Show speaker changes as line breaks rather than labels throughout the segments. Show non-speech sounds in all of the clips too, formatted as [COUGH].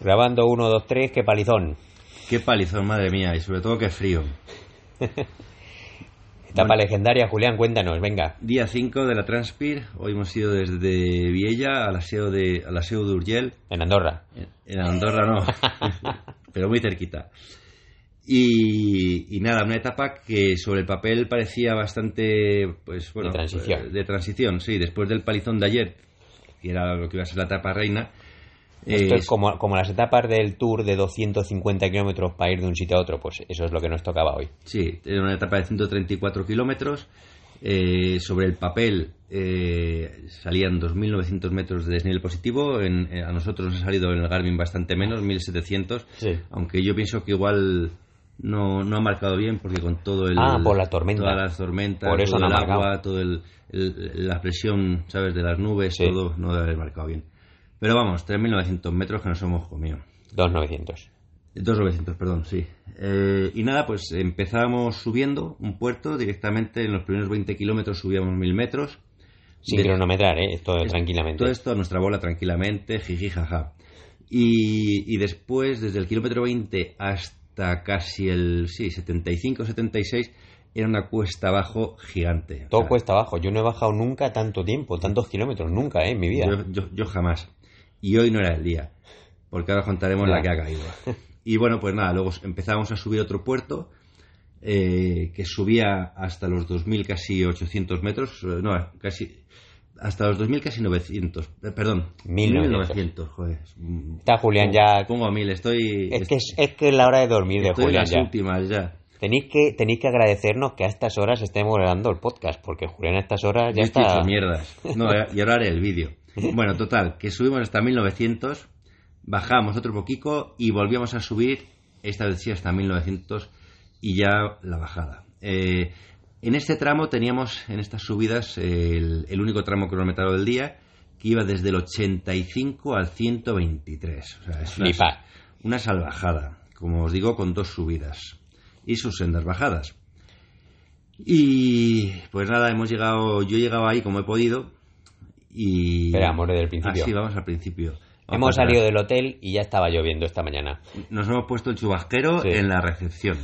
Grabando 1, 2, 3, qué palizón.
Qué palizón, madre mía, y sobre todo qué frío.
Etapa legendaria, Julián, cuéntanos, venga.
Día 5 de la Transpir, hoy hemos ido desde Viella al aseo de, al aseo de Urgel.
En Andorra.
En, en Andorra no, [LAUGHS] pero muy cerquita. Y, y, nada, una etapa que sobre el papel parecía bastante, pues bueno,
De transición.
de transición, sí, después del palizón de ayer, que era lo que iba a ser la etapa reina.
Esto
eh,
es como, como las etapas del tour de 250 kilómetros para ir de un sitio a otro, pues eso es lo que nos tocaba hoy.
Sí, era una etapa de 134 kilómetros. Eh, sobre el papel eh, salían 2.900 metros de desnivel positivo. En- eh, a nosotros nos ha salido en el Garmin bastante menos, 1.700.
Sí.
Aunque yo pienso que igual no, no ha marcado bien porque con todo el...
Ah, por la tormenta.
Todas las tormentas,
Por eso
todo
no
el
ha marcado.
agua, todo el, el- la presión, ¿sabes? De las nubes,
Sí.
todo no debe haber marcado bien. Pero vamos, 3.900 metros que nos hemos comido.
2900.
2900, perdón, sí. Eh, y nada, pues empezábamos subiendo un puerto directamente, en los primeros 20 kilómetros subíamos 1000 metros.
Sin
De-
cronometrar, ¿eh? Esto tranquilamente.
Todo esto a nuestra bola tranquilamente, jiji, jaja. Y, y después, desde el kilómetro 20 hasta casi el, sí, 75, 76, era una cuesta abajo gigante. O
Todo
sea,
cuesta abajo. Yo no he bajado nunca tanto tiempo, tantos kilómetros, nunca, ¿eh? En mi vida.
Yo, yo- yo jamás. Y hoy no era el día. Porque ahora contaremos
Ya.
la que ha caído. Y bueno, pues nada, luego empezamos a subir otro puerto eh, que subía hasta los 2.000, casi 800 metros. eh, No, casi. Hasta los 2.000, casi 900. eh, perdón.
1900.
1.900, joder. Mm,
Está Julián
pongo-
ya...
Pongo a 1.000, estoy.
Es que es, es que es la hora de dormir de
estoy en
Julián
las
ya.
últimas ya.
Tenéis que, tenéis que agradecernos que a estas horas estemos grabando el podcast, porque Julián a estas horas ya
Yo estoy
está...
hecho mierdas. No,
[LAUGHS]
y ahora haré el vídeo. Bueno, total, que subimos hasta 1900, bajamos otro poquito y volvíamos a subir, esta vez sí hasta 1900 y ya la bajada. Eh, en este tramo teníamos, en estas subidas, el, el único tramo cronometrado del día que iba desde el 85 al 123. O sea, es una-
Flipa.
una salvajada, como os digo, con dos subidas y sus sendas bajadas. Y pues nada, hemos llegado, yo he llegado ahí como he podido y...
Esperamos desde el principio.
Así vamos al principio. Vamos
Hemos
para
salido
atrás.
del hotel y ya estaba lloviendo esta mañana.
Nos hemos puesto el chubasquero
Sí.
en
[LAUGHS]
la recepción.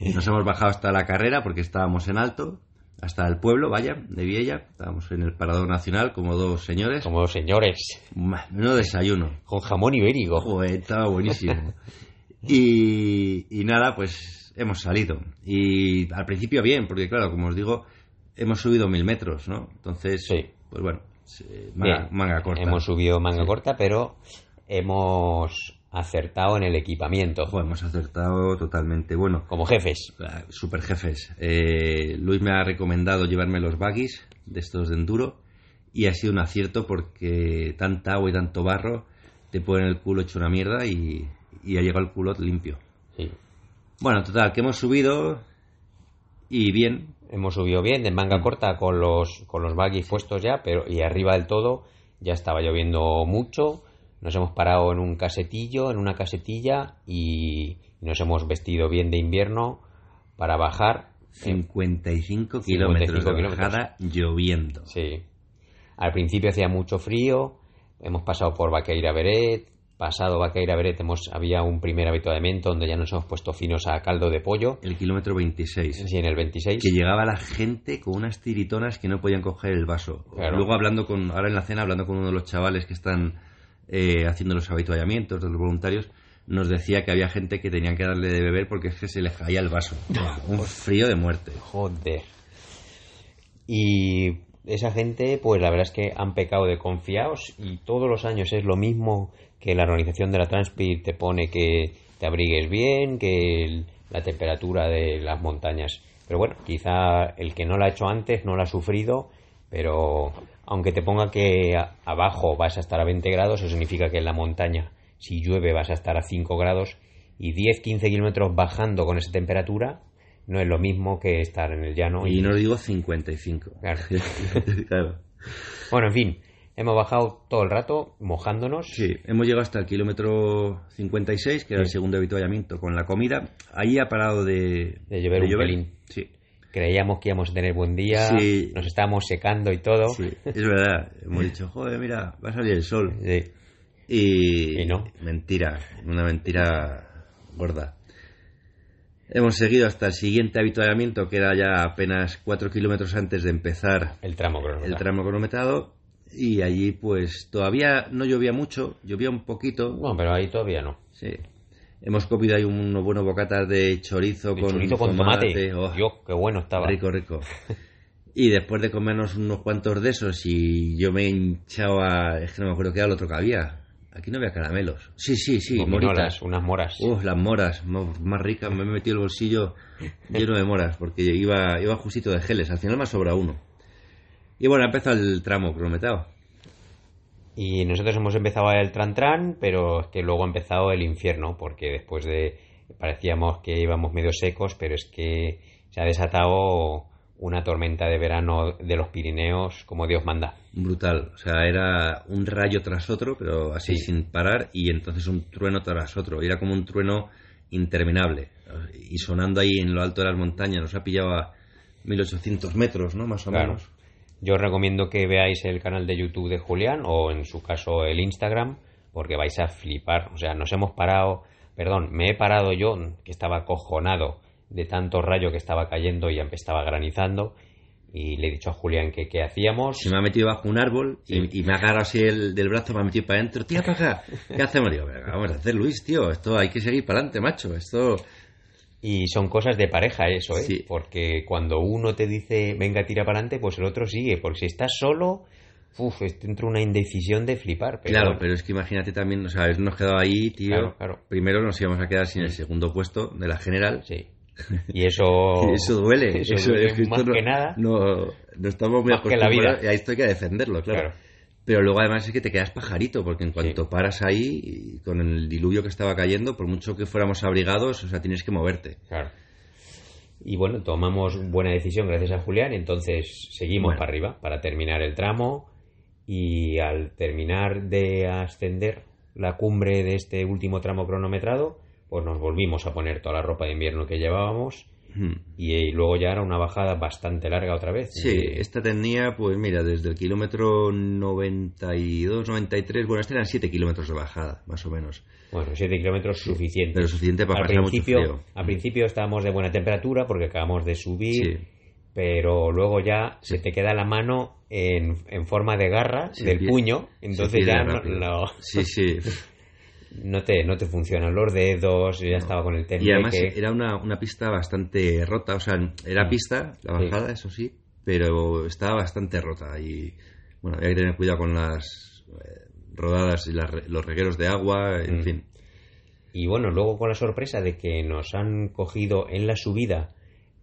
Nos hemos bajado hasta la carrera porque estábamos en alto, hasta el pueblo, vaya, de Viella. Estábamos en el Parador Nacional como dos señores.
Como señores,
Ma- Menudo desayuno.
con jamón ibérico.
Joder,
[LAUGHS]
estaba buenísimo. Y, y nada, pues hemos salido. Y al principio bien, porque claro, como os digo, hemos subido mil metros, ¿no? Entonces,
Sí.
pues bueno, se- manga,
Bien.
manga corta.
Hemos subido manga corta, pero hemos acertado en el equipamiento.
Joder, hemos acertado totalmente. Bueno,
Como jefes.
super jefes. Eh, Luis me ha recomendado llevarme los baggies de estos de enduro y ha sido un acierto porque tanta agua y tanto barro te ponen el culo hecho una mierda y, y ha llegado el culo limpio.
Sí.
Bueno, total, que hemos subido y bien.
Hemos subido bien de manga
Mm.
corta con los, con los baggies puestos ya, pero y arriba del todo ya estaba lloviendo mucho. Nos hemos parado en un casetillo, en una casetilla y nos hemos vestido bien de invierno para bajar. 55
55 kilómetros de
kilómetros.
bajada lloviendo.
Sí. Al principio hacía mucho frío, hemos pasado por Vaqueira Beret, pasado Vaqueira Beret hemos, había un primer habituamiento donde ya nos hemos puesto finos a caldo de pollo,
El kilómetro 26.
sí, en el 26.
Que llegaba la gente con unas tiritonas que no podían coger el vaso.
Claro.
Luego hablando con, ahora en la cena, hablando con uno de los chavales que están eh, haciendo los habituallamientos de los voluntarios, nos decía que había gente que tenían que darle de beber porque es que se les caía
[LAUGHS]
el vaso. Un frío de muerte.
Joder. Y esa gente, pues la verdad es que han pecado de confiados y todos los años es lo mismo que la organización de la Transpir te pone que te abrigues bien, que el- la temperatura de las montañas. Pero bueno, quizá el que no la ha hecho antes no la ha sufrido, pero aunque te ponga que a- abajo vas a estar a 20 grados, eso significa que en la montaña, si llueve, vas a estar a 5 grados y 10-15 kilómetros bajando con esa temperatura no es lo mismo que estar en el llano
Y no
[LAUGHS]
digo 55.
Claro.
[LAUGHS] claro.
Bueno, en fin, hemos bajado todo el rato mojándonos.
Sí, hemos llegado hasta el kilómetro 56, que era el
Sí.
segundo habituallamiento con la comida. Ahí ha parado de,
De llover un pelín.
Sí,
Creíamos que íbamos a tener buen día,
Sí.
nos estábamos secando y todo. [LAUGHS]
sí, es verdad. Hemos dicho, joder, mira, va a salir el sol.
Sí.
Y,
Y no.
Mentira, una mentira gorda. Hemos seguido hasta el siguiente avituallamiento, que era ya apenas 4 kilómetros antes de empezar
El tramo
el
cronometrado.
tramo cronometrado. Y allí, pues, todavía no llovía mucho, llovía un poquito.
Bueno, pero ahí todavía no.
Sí. Hemos comido ahí unos buenos bocatas de chorizo,
El
con,
chorizo con tomate.
oh,
Dios, qué bueno estaba.
rico, rico. Y después de comernos unos cuantos de esos y yo me hinchaba, es que no me acuerdo qué era lo otro que había. Aquí no había caramelos. Sí, sí, sí, moritas.
Gominolas, unas moras.
Uf, las moras, mo- más ricas, me he metido el bolsillo lleno de moras, porque iba, iba justito de geles, al final me ha sobrado uno. Y bueno, empezó el tramo cronometrado.
Y nosotros hemos empezado el tran tran, pero es que luego ha empezado el infierno, porque después de parecíamos que íbamos medio secos, pero es que se ha desatado una tormenta de verano de los Pirineos como Dios manda.
Brutal, o sea, era un rayo tras otro, pero así
Sí.
sin parar, y entonces un trueno tras otro, era como un trueno interminable, y sonando ahí en lo alto de las montañas, nos ha pillado a 1800 metros, ¿no? Más o
Claro.
menos.
Yo os recomiendo que veáis el canal de YouTube de Julián o en su caso el Instagram, porque vais a flipar. O sea, nos hemos parado, perdón, me he parado yo, que estaba cojonado de tanto rayo que estaba cayendo y estaba granizando, y le he dicho a Julián que qué hacíamos.
Se me ha metido bajo un árbol y-
Sí.
y, me ha agarrado así el, del brazo, me ha metido para adentro, tía, para acá. ¿Qué hacemos? Digo, "Venga, vamos a hacer, Luis, tío, esto hay que seguir para adelante, macho, esto...
Y son cosas de pareja eso, ¿eh?
Sí.
Porque cuando uno te dice, venga, tira para adelante, pues el otro sigue. Porque si estás solo, uff, es dentro una indecisión de flipar. Pero
claro,
bueno,
pero es que imagínate también, o sea, habernos quedado ahí, tío.
Claro, claro.
Primero nos íbamos a quedar sin el segundo puesto de la general.
Sí. Y
[LAUGHS]
eso...
Eso duele,
Oh, eso
eso,
duele
es que esto
más
no,
que nada.
No, no estamos muy
Más que la
acostumbrados
vida.
y a esto hay que defenderlo, claro.
Claro.
Pero luego además es que te quedas pajarito, porque en cuanto paras ahí, y con el diluvio que estaba cayendo, por mucho que fuéramos abrigados, o sea, tienes que moverte.
Claro. Y bueno, tomamos buena decisión gracias a Julián, entonces seguimos
Bueno.
para arriba para terminar el tramo y al terminar de ascender la cumbre de este último tramo cronometrado, pues nos volvimos a poner toda la ropa de invierno que llevábamos
Hmm.
y, eh, luego ya era una bajada bastante larga otra vez. Eh,
Sí,
Y-
esta tenía, pues mira, desde el kilómetro 92, 93, bueno, este eran 7 kilómetros de bajada, más o menos.
Bueno, 7 kilómetros suficiente.
Pero suficiente para
al
pasar
principio,
mucho frío.
al principio estábamos de buena temperatura porque acabamos de subir,
Sí.
pero luego ya
Sí.
se te queda la mano en, en forma de garra
Se
del
pie-
puño,
Se
entonces
pierde
ya no,
rápido.
no- [LAUGHS]
Sí, sí.
no te, no te funcionan los dedos, yo ya estaba con el
Y
tembleque.
además era una, una pista bastante rota, o sea, era pista, la
Mm. Sí.
bajada, eso sí, pero estaba bastante rota y, bueno, había que tener cuidado con las eh, rodadas y las re- los regueros de agua, en
Mm.
fin.
Y bueno, luego con la sorpresa de que nos han cogido en la subida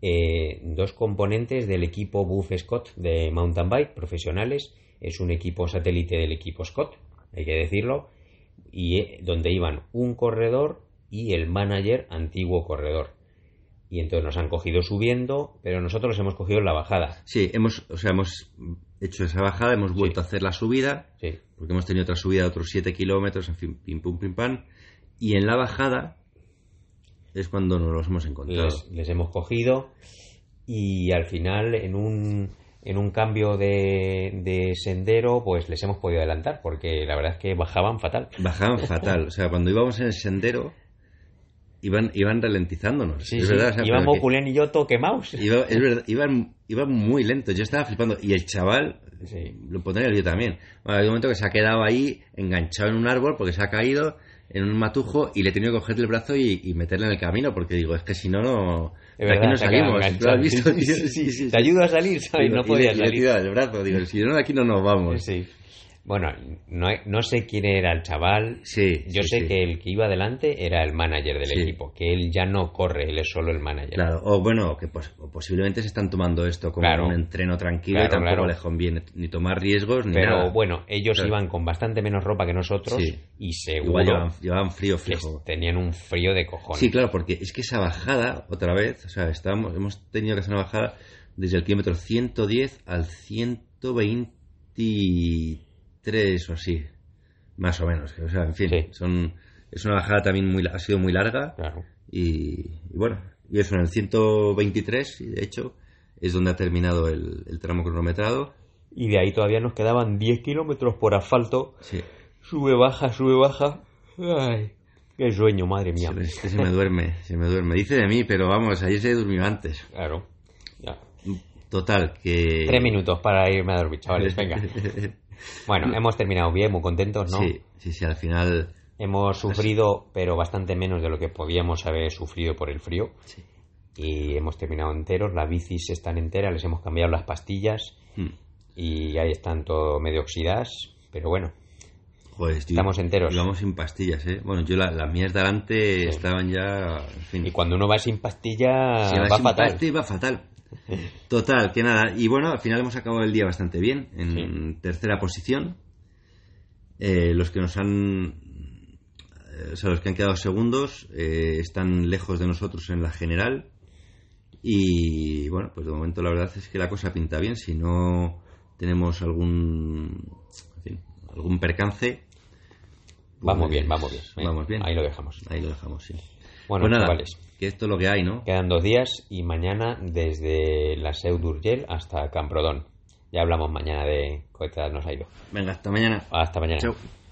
eh, dos componentes del equipo Buff Scott de mountain bike profesionales. Es un equipo satélite del equipo Scott, hay que decirlo, y eh, donde iban un corredor y el manager antiguo corredor. Y entonces nos han cogido subiendo, pero nosotros los hemos cogido en la bajada.
Sí, hemos, o sea, hemos hecho esa bajada, hemos vuelto a hacer la subida,
Sí,
porque hemos tenido otra subida de otros 7 kilómetros, en fin, pim pum pim pam. Y en la bajada es cuando nos los hemos encontrado.
les, les hemos cogido y al final en un, en un cambio de, de sendero pues les hemos podido adelantar porque la verdad es que bajaban fatal.
Bajaban fatal, o sea, cuando íbamos en el sendero iban, iban ralentizándonos.
Sí,
es
sí,
verdad, o sea,
íbamos
pero que-
Julián y yo todo quemados.
iba- es verdad, iban, iban muy lentos, yo estaba flipando. Y el chaval, eh,
Sí.
lo pondré yo también. Bueno, hay un momento que se ha quedado ahí enganchado en un árbol porque se ha caído en un matujo y le he tenido que coger el brazo y, y meterle en el camino porque digo, es que si no, no...
Es
de aquí
verdad,
no
se ha quedado
salimos. ¿Lo
enganchado.
has
[LAUGHS]
visto?
Sí,
tío?
sí, sí.
Sí, sí,
Te ayudo a salir, ¿sabes?
Y
no
le-
podía
y le he
salir.
tirado del brazo, digo, si no, de aquí no nos vamos.
Sí. Bueno, no, no sé quién era el chaval.
Sí,
Yo
sí,
sé
sí.
que el que iba delante era el manager del
Sí.
equipo, que él ya no corre, él es solo el manager.
Claro, o bueno, que pos- o posiblemente se están tomando esto como
Claro.
un entreno tranquilo
Claro,
y tampoco
claro.
les conviene ni tomar riesgos ni
Pero
nada.
bueno, ellos
Claro.
iban con bastante menos ropa que nosotros
Sí.
y seguro
Igual llevan, llevan frío
que
fijo.
tenían un frío de cojones.
Sí, claro, porque es que esa bajada, otra vez, o sea, estábamos, hemos tenido que hacer una bajada desde el kilómetro 110 al 123 o así, más o menos. O sea, en fin,
Sí.
son, es una bajada también muy, la- ha sido muy larga.
Claro.
Y, y bueno, y eso en el 123, y de hecho, es donde ha terminado el, el tramo cronometrado.
Y de ahí todavía nos quedaban 10 kilómetros por asfalto
Sí.
Sube, baja, sube, baja. Ay, qué sueño, madre mía.
Este se me duerme, [LAUGHS] se me duerme. Dice de mí, pero vamos, ayer se durmió antes.
Claro. Ya.
Total, que...
Tres minutos para irme a dormir, chavales,
[LAUGHS]
venga. Bueno, hemos terminado bien, muy contentos, ¿no?
Sí, sí, sí, al final...
Hemos sufrido, pero bastante menos de lo que podíamos haber sufrido por el frío.
Sí.
Y hemos terminado enteros, las bicis están enteras, les hemos cambiado las pastillas
Hmm.
y ahí están todo medio oxidadas, pero bueno,
Joder, estoy-
Estamos enteros.
Íbamos sin pastillas, ¿eh? Bueno, yo la- las mías de adelante estaban ya... En fin.
Y cuando uno va sin pastilla,
Si vas
Ah, va
sin
fatal.
pasta y va fatal. Total, que nada. Y bueno, al final hemos acabado el día bastante bien, en tercera posición. Eh, los que nos han. eh, O sea, los que han quedado segundos eh, están lejos de nosotros en la general. Y bueno, pues de momento la verdad es que la cosa pinta bien. Si no tenemos algún. en fin, algún percance.
Vamos
pues,
bien, vamos bien. Venga,
Vamos bien.
Ahí lo dejamos.
Ahí lo dejamos, sí.
Bueno,
Pues nada,
chavales,
que esto es lo que hay, ¿no?
quedan dos días y mañana desde la Seu d'Urgell hasta Camprodón. Ya hablamos mañana de cómo nos ha ido.
Venga, hasta mañana.
Hasta mañana.
Chao.